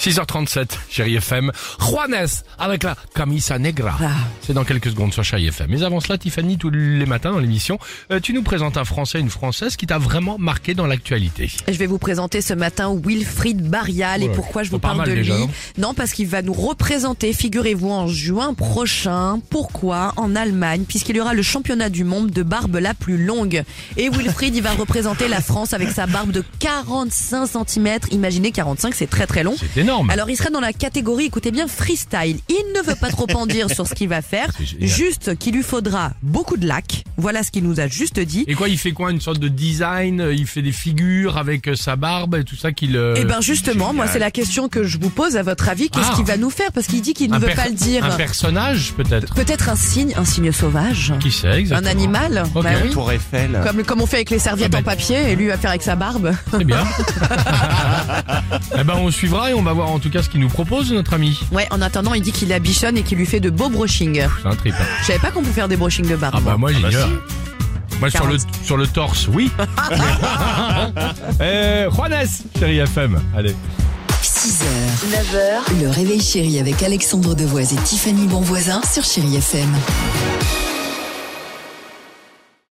« 6h37, chérie FM. Juanes avec la camisa negra. Ah. C'est dans quelques secondes sur chérie FM. Mais avant cela, Tiffany, tous les matins dans l'émission, euh, tu nous présentes un Français et une Française qui t'a vraiment marqué dans l'actualité. Je vais vous présenter ce matin Wilfried Barial et Oula, pourquoi je c'est vous pas parle mal de lui. déjà, hein. non non, parce qu'il va nous représenter, figurez-vous, en juin prochain. Pourquoi En Allemagne, puisqu'il y aura le championnat du monde de barbe la plus longue. Et Wilfried, il va représenter la France avec sa barbe de 45 cm. Imaginez 45, c'est très très long. C'est énorme. Alors, il sera dans la catégorie, écoutez bien, freestyle. Il ne veut pas trop en dire sur ce qu'il va faire, C'est génial. juste qu'il lui faudra beaucoup de lac. Voilà ce qu'il nous a juste dit. Et quoi, il fait quoi Une sorte de design euh, Il fait des figures avec euh, sa barbe et tout ça qu'il... euh, Eh ben justement, moi génial. c'est la question que je vous pose à votre avis, qu'est-ce Ah. qu'il va nous faire Parce qu'il dit qu'il ne un veut per- pas le dire. Un personnage, peut-être Peut-être un signe, un signe sauvage, Qui sait un exactement animal, Ok. bah oui. Tour Eiffel. Comme, comme on fait avec les serviettes Ah en bah- papier et lui il va faire avec sa barbe. Très bien. eh ben, on suivra et on va voir en tout cas ce qu'il nous propose, notre ami. Ouais, en attendant, il dit qu'il la bichonne et qu'il lui fait de beaux brushings. C'est un trip. hein. Je savais pas qu'on pouvait faire des brushings de barbe. Ah bah moi j'ignore. Moi sur le, 40. sur le torse, oui. eh, Juanes, chérie FM. Allez. 6h, 9h, le réveil chéri avec Alexandre Devoise et Tiffany Bonvoisin sur Chéri FM.